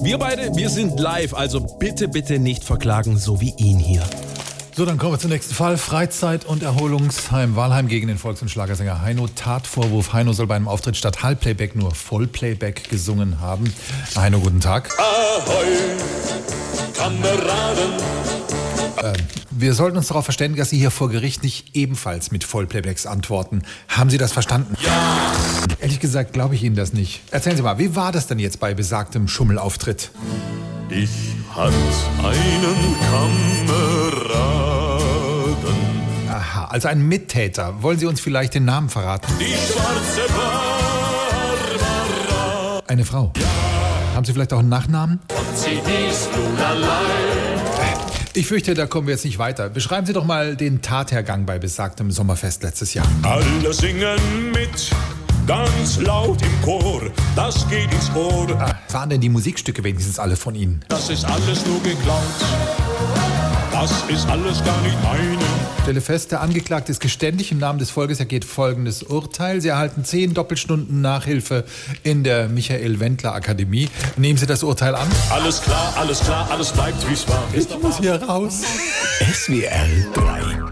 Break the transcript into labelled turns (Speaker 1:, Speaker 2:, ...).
Speaker 1: Wir beide, wir sind live, also bitte, bitte nicht verklagen, so wie ihn hier.
Speaker 2: So, dann kommen wir zum nächsten Fall. Freizeit- und Erholungsheim Walheim gegen den Volks- und Schlagersänger Heino. Tatvorwurf. Heino soll bei einem Auftritt statt Halbplayback nur Vollplayback gesungen haben. Heino, guten Tag.
Speaker 3: Ahoi, Kameraden,
Speaker 2: Wir sollten uns darauf verständigen, dass Sie hier vor Gericht nicht ebenfalls mit Vollplaybacks antworten. Haben Sie das verstanden? Ja. Ehrlich gesagt glaube ich Ihnen das nicht. Erzählen Sie mal, wie war das denn jetzt bei besagtem Schummelauftritt?
Speaker 3: ich hat einen Kameraden.
Speaker 2: Aha, also ein Mittäter. Wollen Sie uns vielleicht den Namen verraten?
Speaker 3: Die schwarze Barbara
Speaker 2: Eine Frau. Haben Sie vielleicht auch einen Nachnamen?
Speaker 3: und sie hieß nun allein.
Speaker 2: Ich fürchte, da kommen wir jetzt nicht weiter. Beschreiben Sie doch mal den Tathergang bei besagtem Sommerfest letztes Jahr.
Speaker 3: Alle singen mit, ganz laut im Chor, das geht ins Ohr.
Speaker 2: Ah, Waren denn die Musikstücke wenigstens alle von Ihnen?
Speaker 3: Das ist alles nur geklaut, das ist alles gar nicht meine.
Speaker 2: Stelle fest, der Angeklagte ist geständig im Namen des Volkes. Er geht folgendes Urteil. Sie erhalten zehn Doppelstunden Nachhilfe in der Michael-Wendler-Akademie. Nehmen Sie das Urteil an?
Speaker 3: Alles klar, alles klar, alles bleibt wie's war.
Speaker 2: Ich muss hier raus.
Speaker 1: SWR 3.